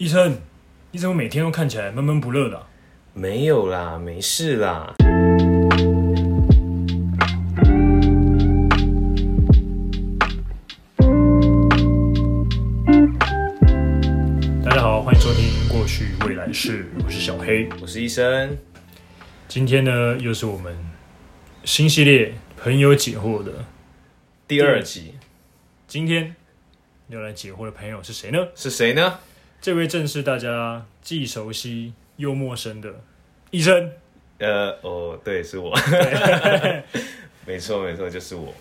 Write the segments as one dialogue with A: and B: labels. A: 医生，你怎么每天都看起来闷闷不乐的啊、
B: 没有啦，没事啦。
A: 大家好，欢迎收听《过去未来式》，我是小黑。
B: 我是医生，
A: 今天呢，又是我们新系列朋友解惑的。
B: 第二集
A: 今天要来解惑的朋友是谁呢？
B: 是谁呢？
A: 这位正是大家既熟悉又陌生的医生。
B: 呃，哦，对，是我。 没错，没错，就是我。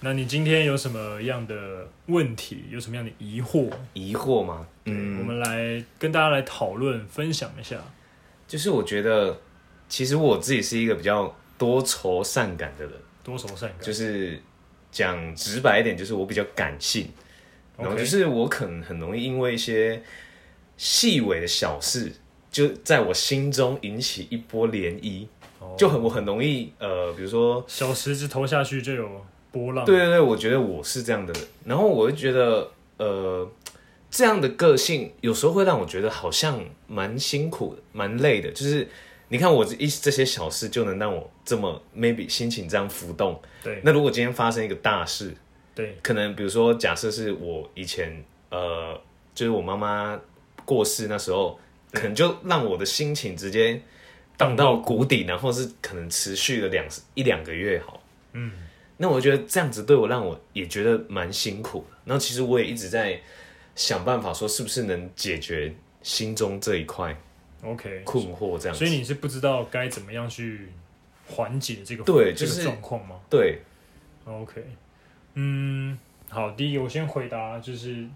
A: 那你今天有什么样的问题？有什么样的疑惑？
B: 疑惑吗？
A: 嗯，我们来跟大家来讨论分享一下。
B: 就是我觉得，其实我自己是一个比较多愁善感的人，
A: 多愁善感，
B: 就是讲直白一点，就是我比较感性，然后
A: OK
B: 就是我可能很容易因为一些细微的小事，就在我心中引起一波涟漪，
A: 哦
B: 就很我很容易呃，比如说
A: 小石子投下去就有波浪。
B: 对对啊对，我觉得我是这样的人，然后我就觉得，呃，这样的个性有时候会让我觉得好像蛮辛苦的，蛮累的。就是你看我这一这些小事就能让我这么 maybe 心情这样浮动。
A: 对
B: 那如果今天发生一个大事，
A: 对，
B: 可能比如说假设是我以前呃，就是我妈妈过世那时候，可能就让我的心情直接荡到谷底，然后是可能持续了两一两个月好。
A: 嗯，
B: 那我觉得这样子对我让我也觉得蛮辛苦的。然后其实我也一直在想办法说，是不是能解决心中这一块
A: OK，
B: 困惑这样子。
A: 所以你是不知道该怎么样去缓解这个
B: 对
A: 这个
B: 就是
A: 状况吗
B: 对，
A: ？OK，嗯，好，第一个我先回答就是，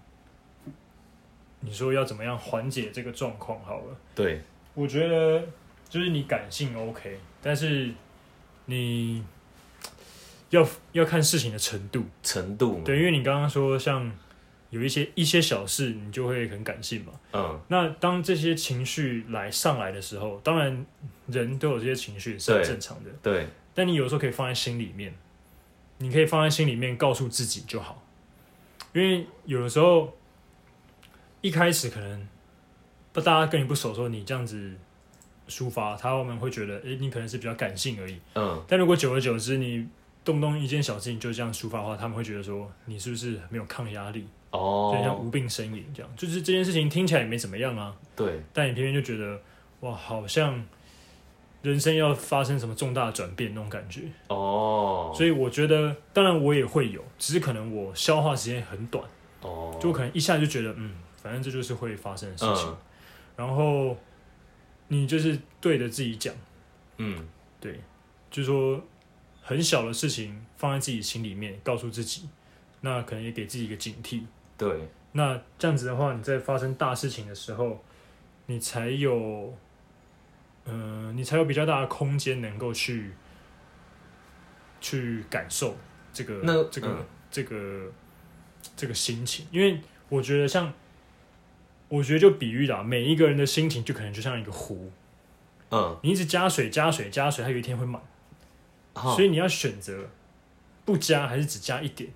A: 你说要怎么样缓解这个状况好了。
B: 对，
A: 我觉得就是你感性 OK，但是你要要看事情的程度。
B: 程度嘛，
A: 对，因为你刚刚说像有一些一些小事，你就会很感性嘛。
B: 嗯，
A: 那当这些情绪来上来的时候，当然人都有这些情绪是很
B: 对
A: 正常的，
B: 对，
A: 但你有时候可以放在心里面，你可以放在心里面告诉自己就好，因为有的时候一开始可能不大家跟你不熟的时候，你这样子抒发，他们会觉得诶、你可能是比较感性而已，
B: 嗯，
A: 但如果久而久之你动不动一件小事情就这样抒发的话，他们会觉得说你是不是没有抗压力，就像
B: 哦，
A: 无病呻吟这样，就是这件事情听起来也没怎么样啊。
B: 对，
A: 但你偏偏就觉得哇，好像人生要发生什么重大的转变那种感觉。
B: 哦，
A: 所以我觉得，当然我也会有，只是可能我消化时间很短，
B: 哦，
A: 就可能一下就觉得嗯，反正这就是会发生的事情。
B: 嗯
A: 然后你就是对着自己讲，
B: 嗯，
A: 对，就是说很小的事情放在自己心里面，告诉自己，那可能也给自己一个警惕。
B: 对，
A: 那这样子的话，你在发生大事情的时候，你才有，嗯，你才有比较大的空间能够去去感受这个
B: 那
A: 这个、
B: 嗯
A: 这个这个心情，因为我觉得像，我觉得就比喻啦，每一个人的心情就可能就像一个湖，
B: 嗯，
A: 你一直加水加水加水，它有一天会满，
B: 好
A: 所以你要选择不加还是只加一点，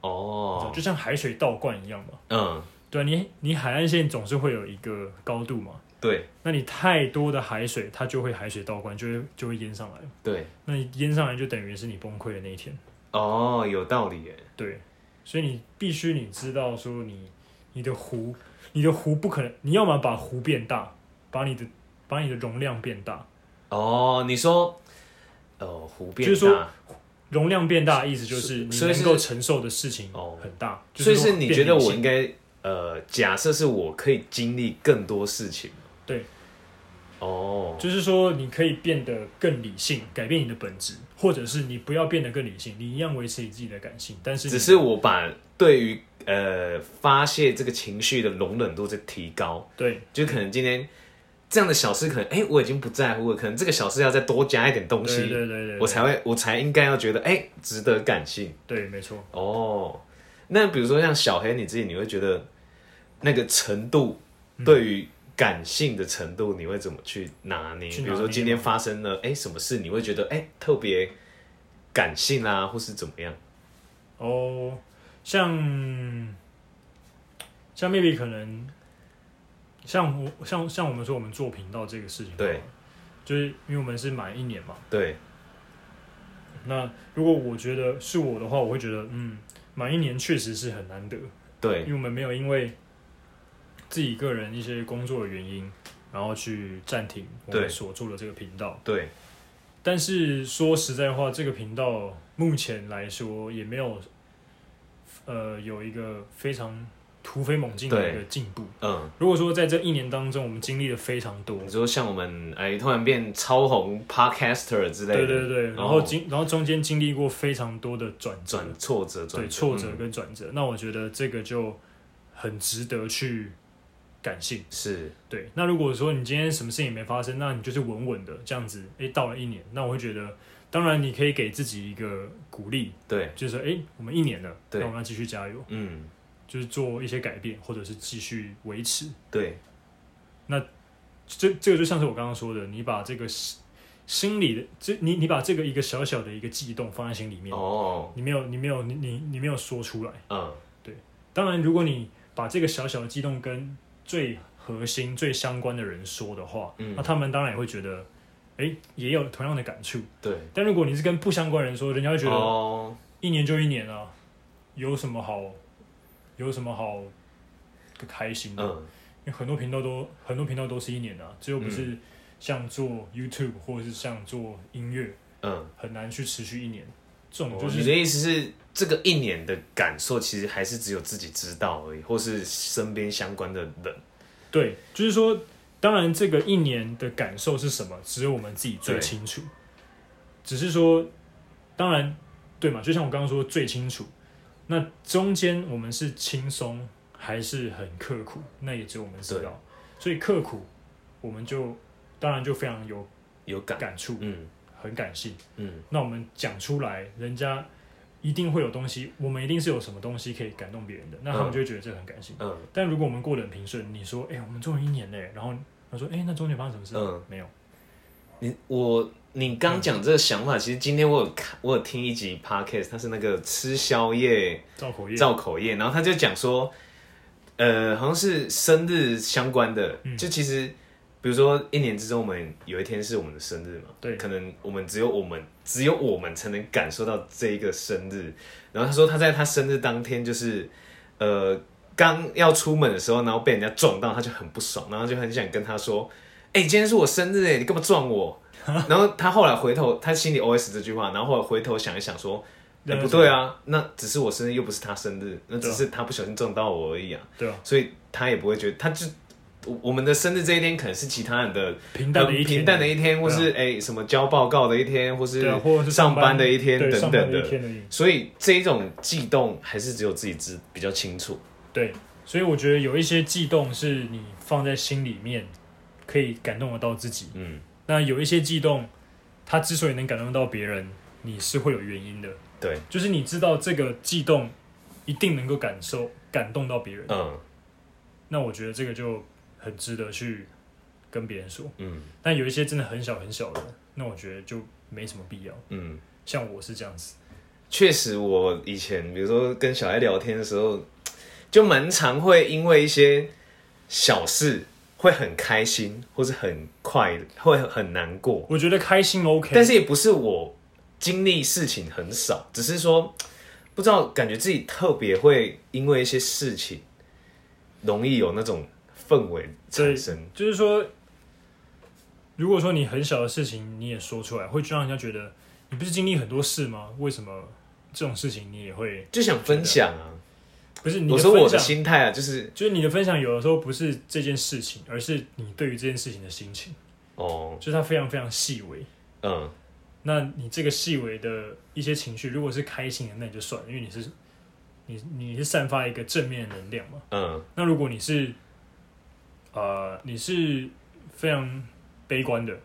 B: 哦，
A: 就像海水倒灌一样嘛。
B: 嗯，
A: 对啊你，你海岸线总是会有一个高度嘛，
B: 对，
A: 那你太多的海水，它就会海水倒灌，就会就会淹上来。
B: 对，
A: 那你淹上来就等于是你崩溃的那一天。
B: 哦，有道理耶，
A: 对，所以你必须你知道说你你的湖，你的湖不可能，你要么把湖变大，把你的把你的容量变大，
B: 哦，你说，哦，湖变
A: 就是说
B: 大，
A: 容量变大的意思就是
B: 是
A: 你
B: 所以
A: 能
B: 是
A: 够承受的事情
B: 哦
A: 很大。就
B: 所以
A: 说
B: 是你
A: 便
B: 觉
A: 利
B: 得我
A: 性
B: 应该呃，假设是我可以经历更多事情，
A: 对，
B: 哦，
A: 就是说，你可以变得更理性，改变你的本质，或者是你不要变得更理性，你一样维持你自己的感性，但是你
B: 只是我把对于呃发泄这个情绪的容忍度在提高，
A: 对
B: 就可能今天这样的小事，可能哎、我已经不在乎了，可能这个小事要再多加一点东
A: 对
B: 西，
A: 对对对对，
B: 我才会我才应该要觉得哎、值得感性
A: 对，没错。
B: 哦。那比如说像小黑你自己，你会觉得那个程度对于感性的程度，你会怎么去拿捏？
A: 去拿捏
B: 比如说今天发生了哎、什么事，你会觉得哎、特别感性啦、或是怎么样？
A: 哦，像像 maybe 可能像我像像我们说我们做频道这个事情，
B: 对，
A: 就是因为我们是买一年嘛。
B: 对，
A: 那如果我觉得是我的话，我会觉得嗯，买一年确实是很难得，因
B: 对，
A: 为我们没有因为自己个人一些工作的原因，然后去暂停我
B: 对
A: 们所做的这个频道。
B: 对，
A: 但是说实在话，这个频道目前来说也没有，呃，有一个非常突飞猛进的
B: 对
A: 一个进步。
B: 嗯，
A: 如果说在这一年当中，我们经历了非常多，
B: 你说像我们哎，突然变超红 podcaster 之类的，
A: 对
B: 哦
A: 对对，然后经然后中间经历过非常多的转折，
B: 转挫折，转
A: 对挫折
B: 嗯
A: 跟转折，那我觉得这个就很值得去感谢。
B: 是，
A: 对，那如果说你今天什么事情没发生，那你就是稳稳的这样子，诶，到了一年，那我会觉得，当然你可以给自己一个鼓励，
B: 对，
A: 就是说，哎、我们一年了，那
B: 对
A: 我们要继续加油，
B: 嗯，
A: 就是做一些改变，或者是继续维持。
B: 对，
A: 这这个就像是我刚刚说的，你把这个心心里的这你你把这个一个小小的一个悸动放在心里面，
B: 哦，
A: 你没有你没有你你你没有说出来。
B: 嗯，
A: 当然，如果你把这个小小的悸动跟最核心、最相关的人说的话，
B: 嗯
A: 那他们当然也会觉得，哎、也有同样的感触。
B: 对，
A: 但如果你是跟不相关人说，人家会觉得、
B: 哦，
A: 一年就一年啊，有什么好，有什么好开心的？
B: 嗯，
A: 因为很多频道都很多频道都是一年啊，只有不是
B: 嗯
A: 像做 YouTube 或者是像做音乐，
B: 嗯，
A: 很难去持续一年。这种
B: 哦
A: 就是、
B: 你的意思是，这个一年的感受其实还是只有自己知道而已，或是身边相关的人。
A: 对，就是说，当然这个一年的感受是什么，只有我们自己最
B: 对
A: 清楚。只是说，当然对嘛，就像我刚刚说最清楚，那中间我们是轻松还是很刻苦，那也只有我们知
B: 对
A: 道。所以刻苦，我们就当然就非常有
B: 有感，
A: 感触，
B: 嗯
A: 很感性。
B: 嗯，
A: 那我们讲出来，人家一定会有东西，我们一定是有什么东西可以感动别人的，那他们
B: 嗯
A: 就会觉得这很感性。
B: 嗯
A: 但如果我们过得很平顺，你说，哎、我们做了一年嘞，然后他说，哎、那中间发生什么事？
B: 嗯，
A: 没有。
B: 你我你刚讲这个想法，其实今天我有看，我有听一集 podcast，它是那个吃宵夜
A: 造口业，
B: 造口业，然后他就讲说，呃，好像是生日相关的，
A: 嗯
B: 就其实比如说一年之中，我们有一天是我们的生日嘛，
A: 对
B: 可能我们只有我们只有我们才能感受到这一个生日。然后他说他在他生日当天就是，呃，刚要出门的时候，然后被人家撞到，他就很不爽，然后就很想跟他说。哎、今天是我生日哎，你干嘛撞我？ 然后他后来回头，他心里 OS 这句话，然后后来回头想一想说，哎、不对啊，那只是我生日，又不是他生日，那只是
A: 啊
B: 他不小心撞到我而已啊，
A: 对啊，
B: 所以他也不会觉得，他就我我们的生日这一天可能是其他人的
A: 平淡的一
B: 很
A: 天，
B: 平淡的一天，或
A: 对啊
B: 是哎、什么交报告的一天，或
A: 对啊，
B: 是
A: 或者是
B: 上
A: 班
B: 班的一天
A: 对
B: 等
A: 上
B: 等
A: 班
B: 的
A: 的一天而已。
B: 所以这一种悸动还是只有自己知比较清楚，
A: 对，所以我觉得有一些悸动是你放在心里面可以感动得到自己，
B: 嗯，
A: 那有一些悸动，它之所以能感动到别人，你是会有原因的，
B: 对，
A: 就是你知道这个悸动一定能够感受感动到别人，
B: 嗯
A: 那我觉得这个就很值得去跟别人说。
B: 嗯
A: 但有一些真的很小很小的，那我觉得就没什么必要。
B: 嗯。
A: 像我是这样子，
B: 确实，我以前比如说跟小孩聊天的时候，就蛮常会因为一些小事会很开心，或是很快，会很难过。
A: 我觉得开心 OK，
B: 但是也不是我经历事情很少，只是说不知道，感觉自己特别会因为一些事情，容易有那种氛围产生。
A: 就是说，如果说你很小的事情你也说出来，会让人家觉得你不是经历很多事吗？为什么这种事情你也会
B: 就想分享啊！
A: 不是你的
B: 我说我
A: 分
B: 的
A: 享？
B: 心态啊，就是
A: 就是你的分享有的时候不是这件事情，而是你对于这件事情的心情，
B: 哦，
A: 就是它非常非常细微。
B: 嗯，
A: 那你这个细微的一些情绪，如果是开心的，那你就算了，因为你是你你是散发一个正面的能量嘛。
B: 嗯，
A: 那如果你是，呃，你是非常悲观的，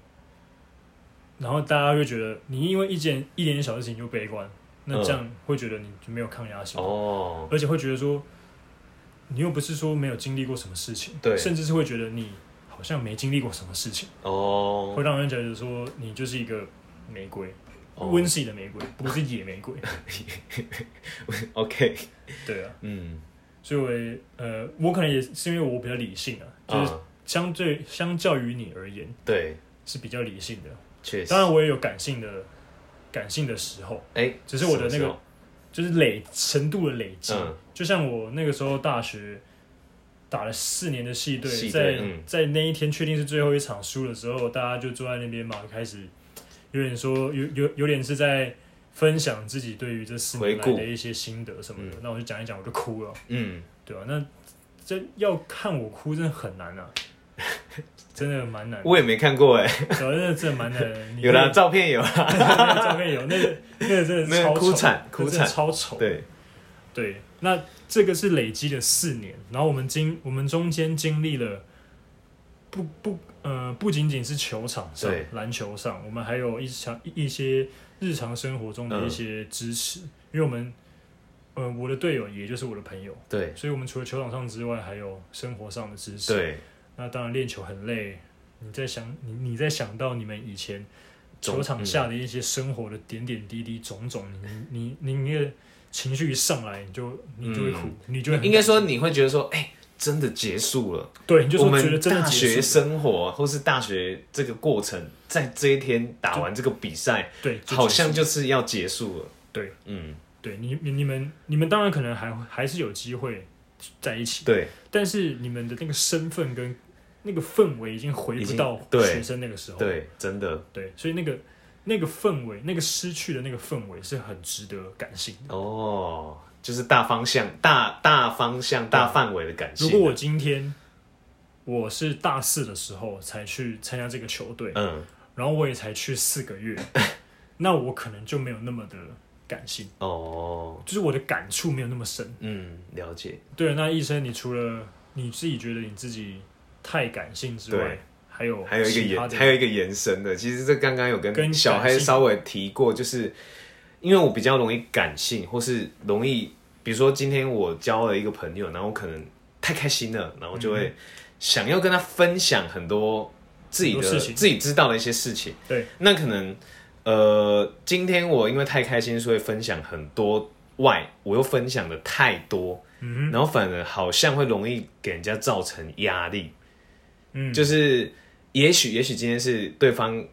A: 然后大家会觉得你因为一件一点点小事情就悲观，那这样会觉得你就没有抗压性，
B: 嗯哦，
A: 而且会觉得说，你又不是说没有经历过什么事情，
B: 对
A: 甚至是会觉得你好像没经历过什么事情，
B: 哦
A: 会，让人觉得说你就是一个玫瑰，
B: 哦
A: 温室里的玫瑰，不是野玫瑰，
B: OK，
A: 对啊，
B: 嗯，
A: 所以我也呃，我可能也是因为我比较理性啊，就是
B: 啊
A: 相对相较于你而言
B: 对，
A: 是比较理性的。
B: 确实。
A: 当然，我也有感性的感性的时候，
B: 哎，
A: 只是我的那个
B: 什么时候
A: 就是累程度的累积。
B: 嗯
A: 就像我那个时候大学打了四年的系队，
B: 系
A: 在
B: 队、嗯
A: 在那一天确定是最后一场输的时候，大家就坐在那边嘛，开始有点说有有有点是在分享自己对于这四年来
B: 回顾
A: 的一些心得什么的。那我就讲一讲，我就哭了，
B: 嗯，
A: 对吧、啊那这要看我哭真的很难 啊，真的蛮难的，
B: 我也没看过哎，
A: 小真的真的蛮难的。你
B: 有
A: 那
B: 啦，
A: 个
B: 照片有啦，
A: 那个照片有那个那个真的
B: 那个
A: 超丑
B: 哭惨
A: 那
B: 哭
A: 个真
B: 惨
A: 的超丑。
B: 对，
A: 对，那这个是累积了四年，然后我们经我们中间经历了不不呃不仅仅是球场上
B: 对
A: 篮球上，我们还有一场一一些日常生活中的一
B: 嗯
A: 些支持，因为我们呃我的队友也就是我的朋友，
B: 对，
A: 所以我们除了球场上之外，还有生活上的支持。
B: 对，
A: 那当然练球很累，你在想你你在想到你们以前
B: 总嗯
A: 球场下的一些生活的点点滴滴种种，你你你你的情绪一上来，你就你就会哭，你就会很
B: 嗯应该说
A: 感
B: 你会觉得说，哎、真的结束了。
A: 动对，你就
B: 我
A: 说觉得
B: 们
A: 真的
B: 大
A: 结
B: 学
A: 束
B: 生活或是大学这个过程，在这一天打完这个比赛，
A: 对，就
B: 好
A: 结束
B: 像就是要结束了。
A: 对，
B: 嗯，
A: 对你你你们你们当然可能还还是有机会在一起，
B: 对，
A: 但是你们的那个身份跟那个氛围已经回
B: 已
A: 不
B: 经
A: 到
B: 对
A: 学生那个时候，
B: 对，真的
A: 对所以那个那个氛围，那个失去的那个氛围是很值得感性的。
B: 哦，就是大方向、大大方向、大范围的感谢。
A: 如果我今天我是大四的时候才去参加这个球队，
B: 嗯，
A: 然后我也才去四个 月，那我可能就没有那么的感性，
B: 哦，
A: 就是我的感触没有那么深。
B: 嗯，了解。
A: 对，啊那医生，你除了你自己觉得你自己太感性之外
B: 对，
A: 还有
B: 还有一个
A: 其他
B: 延，
A: 的
B: 还有一个延伸的，其实这刚刚有
A: 跟
B: 跟小
A: 感
B: 黑
A: 性
B: 稍微提过，就是因为我比较容易感性，或是容易，比如说今天我交了一个朋友，然后可能太开心了，然后就会
A: 嗯
B: 想要跟他分享很多自己的
A: 很多事情
B: 自己知道的一些事情。
A: 对，
B: 那可能呃，今天我因为太开心，所以分享很多外，我又分享的太多，
A: 嗯
B: 然后反而好像会容易给人家造成压力。
A: 嗯，
B: 就是也许也许今天是对方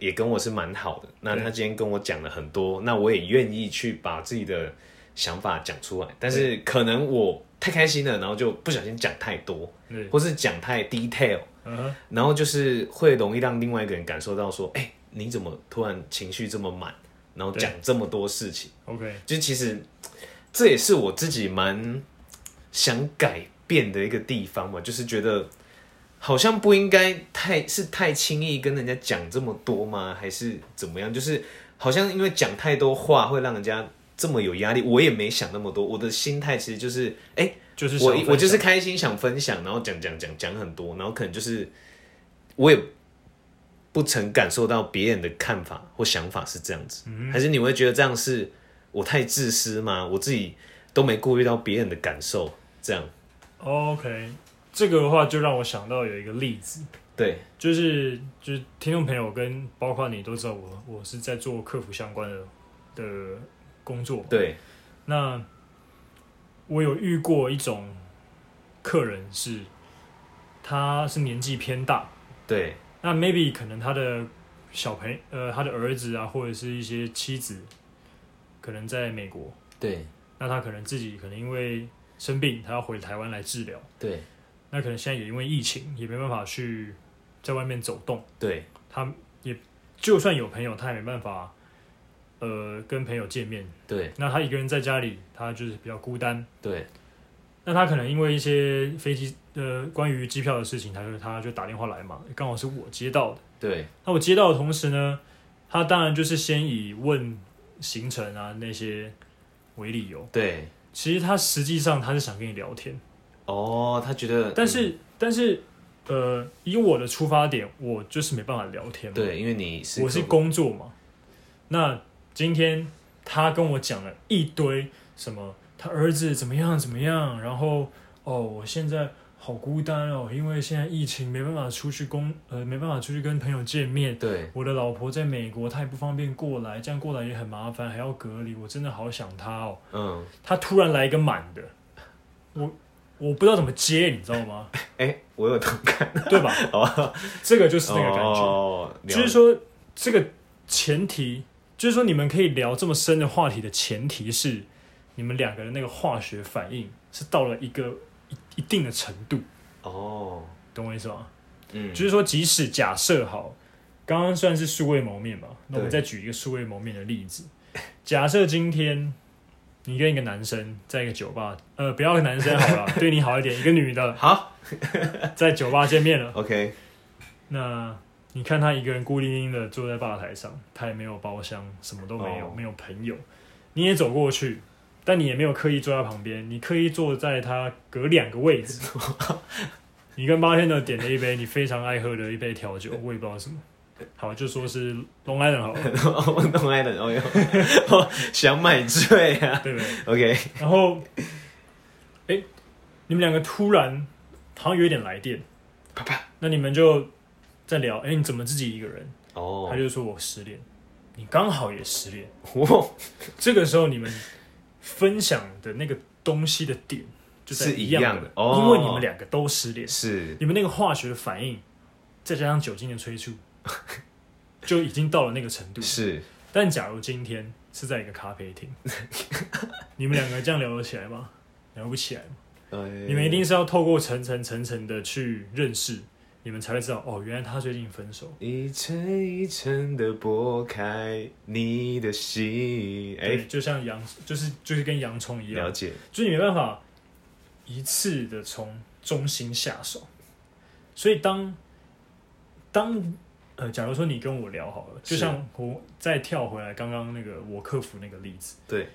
B: 也跟我是蛮好的，那他今天跟我讲了很多，那我也愿意去把自己的想法讲出来，但是可能我太开心了，然后就不小心讲太多，
A: 对，
B: 或是讲太 detail，
A: 嗯哼，
B: 然后就是会容易让另外一个人感受到说，哎、你怎么突然情绪这么满，然后
A: 对
B: 讲这么多事情。
A: ，OK，
B: 就其实这也是我自己蛮想改变的一个地方嘛，就是觉得好像不应该太是太轻易跟人家讲这么多吗？还是怎么样？就是好像因为讲太多话会让人家这么有压力，我也没想那么多，我的心态其实就是，哎、
A: 就是
B: 我
A: 想分
B: 我就是
A: 享
B: 开心想分享，然后讲讲讲讲很多，然后可能就是我也不曾感受到别人的看法或想法是这样子，
A: 嗯
B: 还是你会觉得这样是我太自私吗？我自己都没顾虑到别人的感受，这样
A: OK，这个的话就让我想到有一个例子，
B: 对，
A: 就是就是听众朋友跟包括你都知道我我是在做客服相关的的工作。
B: 对，
A: 那我有遇过一种客人是，他是年纪偏大，
B: 对，
A: 那 maybe 可能他的小朋呃他的儿子啊或者是一些妻子，可能在美国，
B: 对，
A: 那他可能自己可能因为生病，他要回台湾来治疗，
B: 对，
A: 那可能现在也因为疫情也没办法去在外面走动。
B: 对，
A: 他也就算有朋友，他也没办法，呃，跟朋友见面。
B: 对，
A: 那他一个人在家里，他就是比较孤单。
B: 对，
A: 那他可能因为一些飞机呃关于机票的事情，他就他就打电话来嘛，刚好是我接到的。
B: 对，
A: 那我接到的同时呢，他当然就是先以问行程啊那些为理由，
B: 对，
A: 其实他实际上他是想跟你聊天，
B: 哦，他觉得，
A: 但是、但是呃，以我的出发点，我就是没办法聊天
B: 嗯
A: 嘛。
B: 对，因为你是
A: 我是工作嘛。那今天他跟我讲了一堆什么，他儿子怎么样怎么样，然后哦，我现在好孤单哦，因为现在疫情没办法出去工，呃，没办法出去跟朋友见面。
B: 对，
A: 我的老婆在美国，她也不方便过来，这样过来也很麻烦，还要隔离，我真的好想她哦。
B: 嗯，
A: 她突然来一个满的，我我不知道怎么接，你知道吗？
B: 哎、我有同感，
A: 对吧？这个就是那个感觉。
B: 哦、了
A: 就是说，这个前提，就是说你们可以聊这么深的话题的前提是，你们两个人那个化学反应是到了一个一一定的程度，
B: 哦，
A: 懂我意思吗？
B: 嗯，
A: 就是说，即使假设好，刚刚算是素未谋面嘛，那我们
B: 对
A: 再举一个素未谋面的例子，假设今天。你跟一个男生在一个酒吧，呃，不要个男生好了，对你好一点，一个女的
B: 好
A: 在酒吧见面了，
B: ，OK，
A: 那你看他一个人孤零零的坐在吧台上，他也没有包厢，什么都没有，
B: 哦
A: 没有朋友。你也走过去，但你也没有刻意坐在旁边，你刻意坐在他隔两个位置。你跟八天的点了一杯你非常爱喝的一杯调酒，我也不知道什么。好，就说是 Long Island 好了，
B: 我懂爱的，哦哟，我想买醉啊
A: 对不对？
B: ，OK，
A: 然后，哎、你们两个突然好像有一点来电，
B: 啪啪，
A: 那你们就在聊，哎、你怎么自己一个人？
B: 哦
A: 他，就说我失恋，你刚好也失恋。
B: 哇，
A: 这个时候你们分享的那个东西的点就在
B: 是一
A: 样
B: 样的哦
A: 因为你们两个都失恋，
B: 是
A: 你们那个化学反应，再加上酒精的催 促，就已经到了那个程度。
B: 是，
A: 但假如今天是在一个咖啡 厅，你们两个这样聊得起来吗？聊不起来嘛
B: 呃，
A: 你们一定是要透过层层层层的去认识，你们才会知道哦，原来他最近分手。
B: 哎一层一层的剥开你的心，哎、
A: 对，就像洋，就是就是跟洋葱一样
B: 了，解，
A: 就是你没办法一次的从中心下手。所以当当呃，假如说你跟我聊好了，
B: 是
A: 就像我再跳回来刚刚那个我克服那个例子，
B: 对，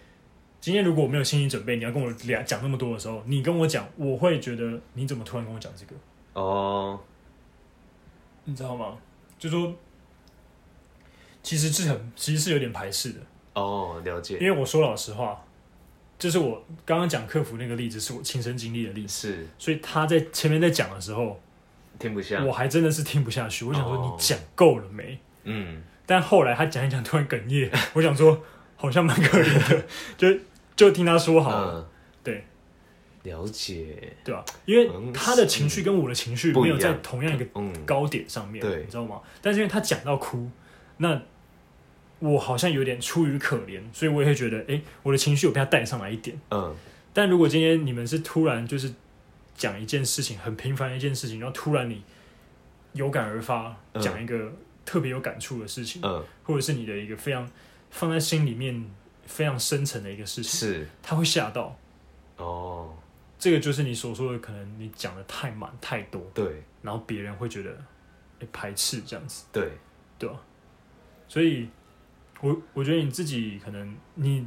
A: 今天如果我没有心理准备，你要跟我聊讲那么多的时候，你跟我讲，我会觉得你怎么突然跟我讲这个，
B: 哦，
A: 你知道吗？就说其实是很其实是有点排斥的，
B: 哦，了解，
A: 因为我说老实话。这是我刚刚讲克服那个例子，是我亲身经历的例子。
B: 是
A: 所以他在前面在讲的时候，
B: 听不下
A: 我，还真的是听不下去。我想说
B: 哦
A: 你讲够了没？
B: 嗯，
A: 但后来他讲一讲，突然哽 咽，我想说好像蛮可怜的， 就就听他说好了，
B: 嗯
A: 对
B: 了解，
A: 对吧、因为
B: 嗯
A: 他的情绪跟我的情绪
B: 不
A: 没
B: 一
A: 有
B: 样
A: 在同样一个
B: 嗯，
A: 高点上面，
B: 对
A: 你知道吗？但是因为他讲到哭，那我好像有点出于可怜，所以我也会觉得，哎、我的情绪有被他带上来一点。
B: 嗯，
A: 但如果今天你们是突然就是讲一件事情，很平凡的一件事情，然后突然你有感而发，
B: 嗯
A: 讲一个特别有感触的事情，
B: 嗯，
A: 或者是你的一个非常放在心里面非常深层的一个事情，
B: 是，
A: 他会吓到。
B: 哦，
A: 这个就是你所说的，可能你讲的太满太多，
B: 对
A: 然后别人会觉得、诶排斥这样子，
B: 对，
A: 对吧、所以，我我觉得你自己可能你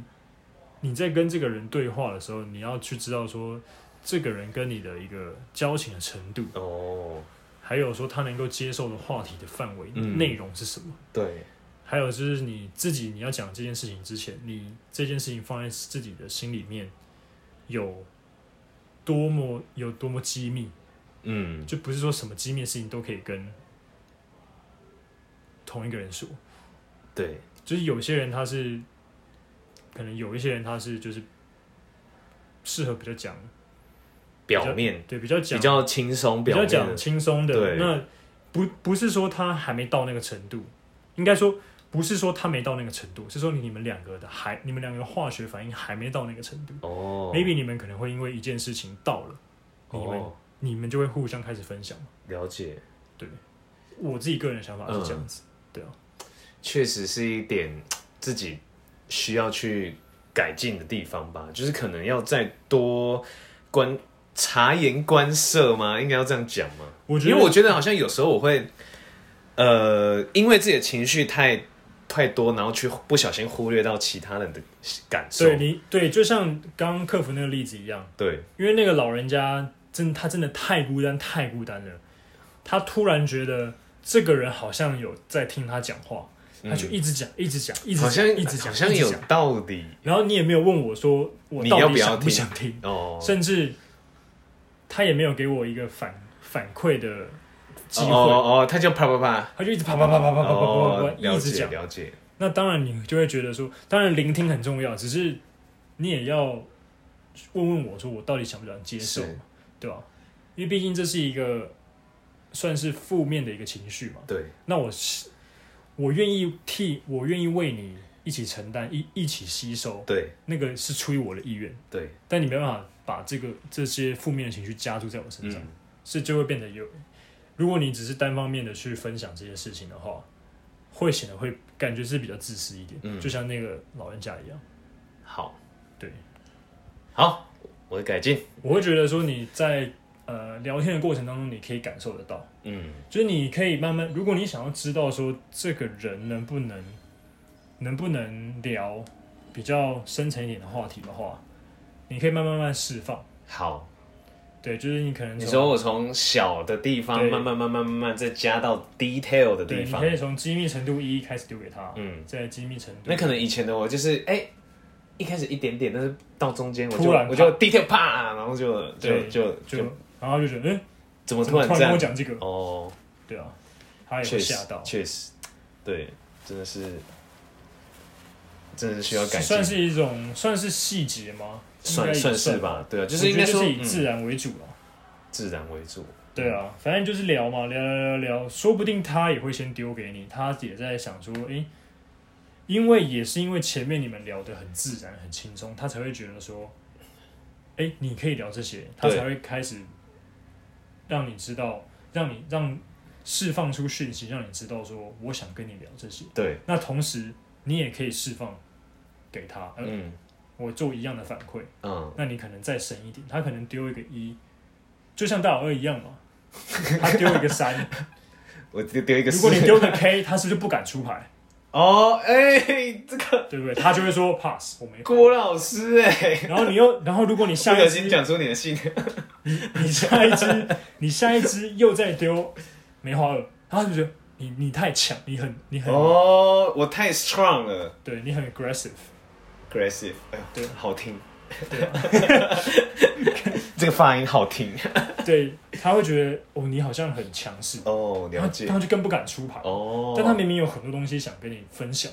A: 你在跟这个人对话的时候，你要去知道说这个人跟你的一个交情的程度，
B: 哦，
A: 还有说他能够接受的话题的范围、
B: 嗯
A: 内容是什么。
B: 对，
A: 还有就是你自己你要讲这件事情之前，你这件事情放在自己的心里面有多么有多么机密，
B: 嗯，
A: 就不是说什么机密的事情都可以跟同一个人说。
B: 对，
A: 就是有些人他是，可能有一些人他是就是适合比较讲，
B: 表面
A: 对，比较讲
B: 比较轻松，
A: 比
B: 表
A: 较
B: 面
A: 讲
B: 的，
A: 轻松的。
B: 对
A: 那不不是说他还没到那个程度，应该说不是说他没到那个程度，是说你们两个的还你们两个化学反应还没到那个程度。
B: 哦
A: maybe 你们可能会因为一件事情到了，你们、
B: 哦，
A: 你们就会互相开始分享。
B: 了解，
A: 我自己个人的想法
B: 嗯
A: 是这样子，对啊，
B: 确实是一点自己需要去改进的地方吧，就是可能要再多观察言观色吗？应该要这样讲吗？
A: 我觉
B: 因为
A: 得
B: 我觉得好像有时候我会，呃，因为自己的情绪太太多，然后去不小心忽略到其他人的感受。
A: 对你对，就像刚刚客服那个例子一样，
B: 对
A: 因为那个老人家真他真的太孤单，太孤单了。他突然觉得这个人好像有在听他讲话，他就一直讲，一直讲，一直
B: 嗯好像
A: 讲，一直讲，
B: 好像
A: 一直
B: 有
A: 讲
B: 道理
A: 然后你也没有问我说我
B: 你
A: 到
B: 要
A: 底
B: 不要
A: 想不
B: 听
A: 想听，
B: 哦。
A: 甚至他也没有给我一个反反馈的机
B: 哦
A: 会，
B: 哦，哦他就啪啪啪，
A: 他就一直啪啪啪啪啪啪啪
B: 哦
A: 啪，啪
B: 了
A: 一直
B: 解
A: 讲。
B: 了解，
A: 那当然你就会觉得说，当然聆听很重要，只是你也要问问我说我到底想不想接受
B: 是，
A: 对吧、因为毕竟这是一个算是负面的一个情绪嘛。
B: 对，
A: 那我是我愿意替我愿意为你一起承担一一起吸收，
B: 对，
A: 那个是出于我的意愿，
B: 对，
A: 但你没办法把这个这些负面的情绪加注在我身上，
B: 嗯，
A: 是就会变得有。如果你只是单方面的去分享这些事情的话，会显得会感觉是比较自私一点，
B: 嗯
A: 就像那个老人家一样。
B: 好，
A: 对，
B: 好，我会改进。
A: 我会觉得说你在呃聊天的过程当中，你可以感受得到，
B: 嗯，
A: 就是你可以慢慢，如果你想要知道说这个人能不能能不能聊比较深层一点的话题的话，你可以慢慢慢慢释放。
B: 好，
A: 对，就是你可能
B: 你
A: 从
B: 说我从小的地方
A: 对
B: 慢慢慢慢慢慢再加到 detail 的
A: 对，
B: 地
A: 你
B: 方
A: 可，以从机密程度一开始丢给他，
B: 嗯，
A: 在机密程度，
B: 那可能以前的我就是哎、一开始一点点，但是到中间我就
A: 突然
B: 我就 detail 啪，然后就就
A: 对
B: 就
A: 就
B: 就
A: 然后就觉得，嗯，
B: 怎么
A: 怎
B: 突
A: 么
B: 然
A: 突然
B: 这
A: 跟我
B: 样？
A: 讲这个？
B: 哦，
A: 对啊，他也
B: 确
A: 会
B: 实
A: 吓到，
B: 确实，对，真的是真的是需要改进，
A: 算是一种算是细节吗？应
B: 算
A: 该也
B: 算是
A: 算，
B: 吧，对啊，就
A: 我
B: 是
A: 觉
B: 应
A: 得
B: 该
A: 就
B: 说
A: 是以自
B: 嗯
A: 然为主啊了。
B: 自然为主，
A: 对啊，反正就是聊嘛，聊聊聊聊，说不定他也会先丢给你，他也在想说，诶，因为也是因为前面你们聊得很自然、很轻松，他才会觉得说，诶，你可以聊这些，他
B: 对
A: 才会开始让你知道，让你让释放出讯息，让你知道说我想跟你聊这些。
B: 对，
A: 那同时你也可以释放给他，呃
B: 嗯
A: 我做一样的反馈，
B: 嗯，
A: 那你可能再深一点，他可能丢一个一，就像大老二一样 嘛，他丢一个三，
B: 我丢丢一个
A: 如
B: 四，
A: 果你丢个 K，他是不是就不敢出牌，
B: 哦，哎、这个
A: 对不对？他就会说 pass，我没。
B: 郭老师哎、
A: 然后你又，然后如果你
B: 不
A: 下
B: 小
A: 一
B: 心
A: 只，
B: 讲出你 的姓，
A: 你下一只， 你下一只又再丢梅花二，他就觉得你你太强，你很你很、
B: 哦，我太 strong 了
A: 对你很 aggressive，
B: ，aggressive，哎呦，
A: 对
B: 好听，
A: 对啊。
B: 这个发音好听，
A: 对，他会觉得哦你好像很强势，
B: 哦，了
A: 他
B: 解
A: 他，就更不敢出牌。
B: 哦，
A: 但他明明有很多东西想跟你分享。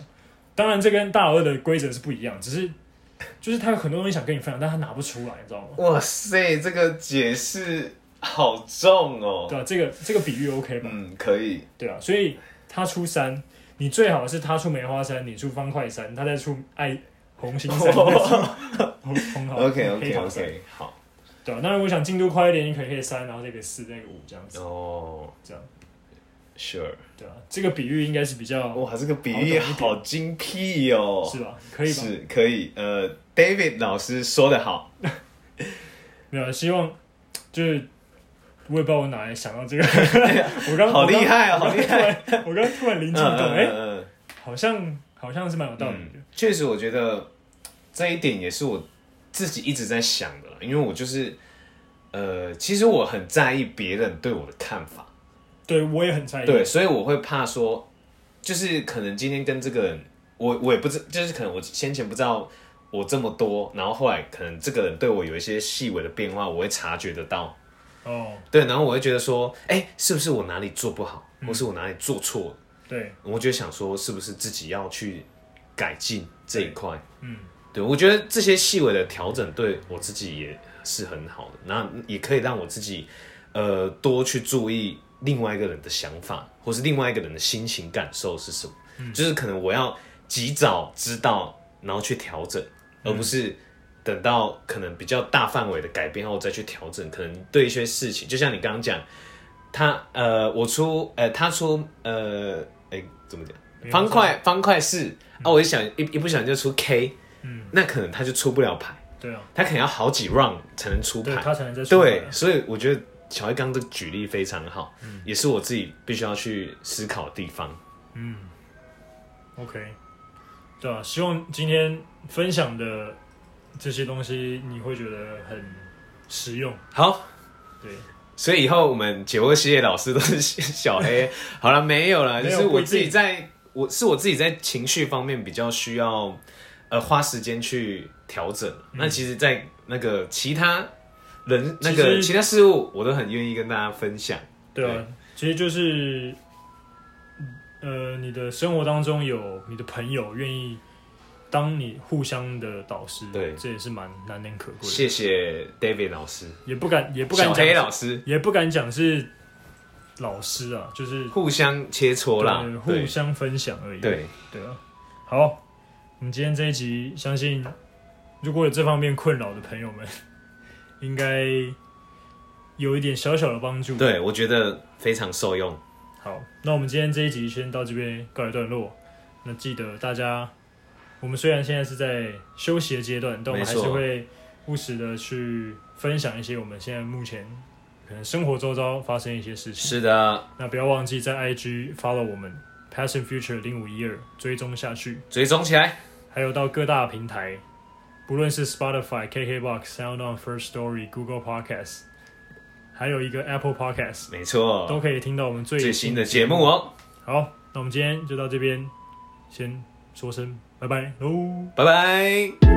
A: 当然，这跟大老二的规则是不一样，只是 就是他有很多东西想跟你分享，但他拿不出来，你知道吗？
B: 哇塞，这个解释好重哦，
A: 对啊，这个这个比喻 OK 吧？
B: 嗯，可以，
A: 对啊，所以他出三，你最好是他出梅花三，你出方块三，他再出爱红心 三，再出红红桃
B: OK
A: 黑
B: OK
A: 桃三
B: OK，好，
A: 对啊，那如果想进度快一点，你可以可以三，然后再给四，再给五这样子，
B: 哦
A: 这样
B: ，Sure，
A: 对啊，这个比喻应该是比较
B: 哇，这个比喻
A: 好懂一点
B: 好精辟哦，
A: 是吧？可以吧？
B: 是可以，呃，David 老师说的好，
A: 没有，希望就是我也不知道我哪来想到 这个，啊我刚
B: 好厉，害哦，好厉害，
A: 我刚我刚突然灵
B: 嗯
A: 机一动，哎、
B: 嗯嗯
A: 好像好像是蛮有道理的，
B: 确实，我觉得这一点也是我自己一直在想的啦，因为我就是呃，其实我很在意别人对我的看法，
A: 对我也很在意，
B: 对，所以我会怕说，就是可能今天跟这个人，我我也不知，就是可能我先前不知道我这么多，然后后来可能这个人对我有一些细微的变化，我会察觉得到，
A: 哦，
B: 对，然后我会觉得说，哎、是不是我哪里做不好，或是我哪里做错了，
A: 对，
B: 我就想说，是不是自己要去改进这一块。
A: 嗯，
B: 对，我觉得这些细微的调整对我自己也是很好的，那也可以让我自己呃多去注意另外一个人的想法，或是另外一个人的心情感受是什么。就是可能我要及早知道，然后去调整，而不是等到可能比较大范围的改变后再去调整。可能对一些事情，就像你刚刚讲，他呃，我出呃，他出呃，哎、怎么讲？方块方块是啊，我一想一一不小心就出 K，
A: 嗯，
B: 那可能他就出不了牌，
A: 对啊，
B: 他可能要好几 round 才能出
A: 对
B: 牌。
A: 他才能再出
B: 对
A: 来，
B: 所以我觉得乔一刚这个举例非常好，也是我自己必须要去思考的地方。
A: 嗯，OK，对啊，希望今天分享的这些东西你会觉得很实用，
B: 好，
A: 对，
B: 所以以后我们解惑系列老师都是小 黑。好了，没有了，
A: 没
B: 就
A: 有
B: 是
A: 不
B: 我
A: 一定
B: 自己在，我是我自己在情绪方面比较需要，呃，花时间去调整。
A: 嗯
B: 那其实，在那个其他人那
A: 其
B: 个
A: 实
B: 其他事物，我都很愿意跟大家分享。
A: 对啊，其实就是，呃，你的生活当中有你的朋友愿意当你互相的导师，
B: 对
A: 这也是蛮难能可贵
B: 谢
A: 的。
B: 谢 David 老师，
A: 也不敢，也不敢
B: 小黑
A: 讲，
B: 老师，
A: 也不敢讲是老师啊，就是
B: 互相切磋啦
A: 对，互
B: 对
A: 相分享而已。
B: 对，
A: 对啊，好，我们今天这一集，相信如果有这方面困扰的朋友们， 应该有一点小小的帮助。，
B: 对，我觉得非常受用。
A: 好，那我们今天这一集先到这边告一段落。那记得大家，我们虽然现在是在休息的阶段，但我们还是
B: 没错
A: 会务实的去分享一些我们现在目前可能生活周遭发生一些事情。
B: 是的，
A: 那不要忘记在 IG follow 我们 Passion Future 零五一二追踪下去。
B: 追踪起来，
A: 还有到各大平台，不论是 Spotify、KKBox、Sound On、First Story、Google Podcast，还有一个 Apple Podcast，
B: 没
A: 都
B: 错，
A: 可以听到我们最
B: 最新的节目。哦，
A: 好，那我们今天就到这边，先说声拜拜喽。
B: 拜拜。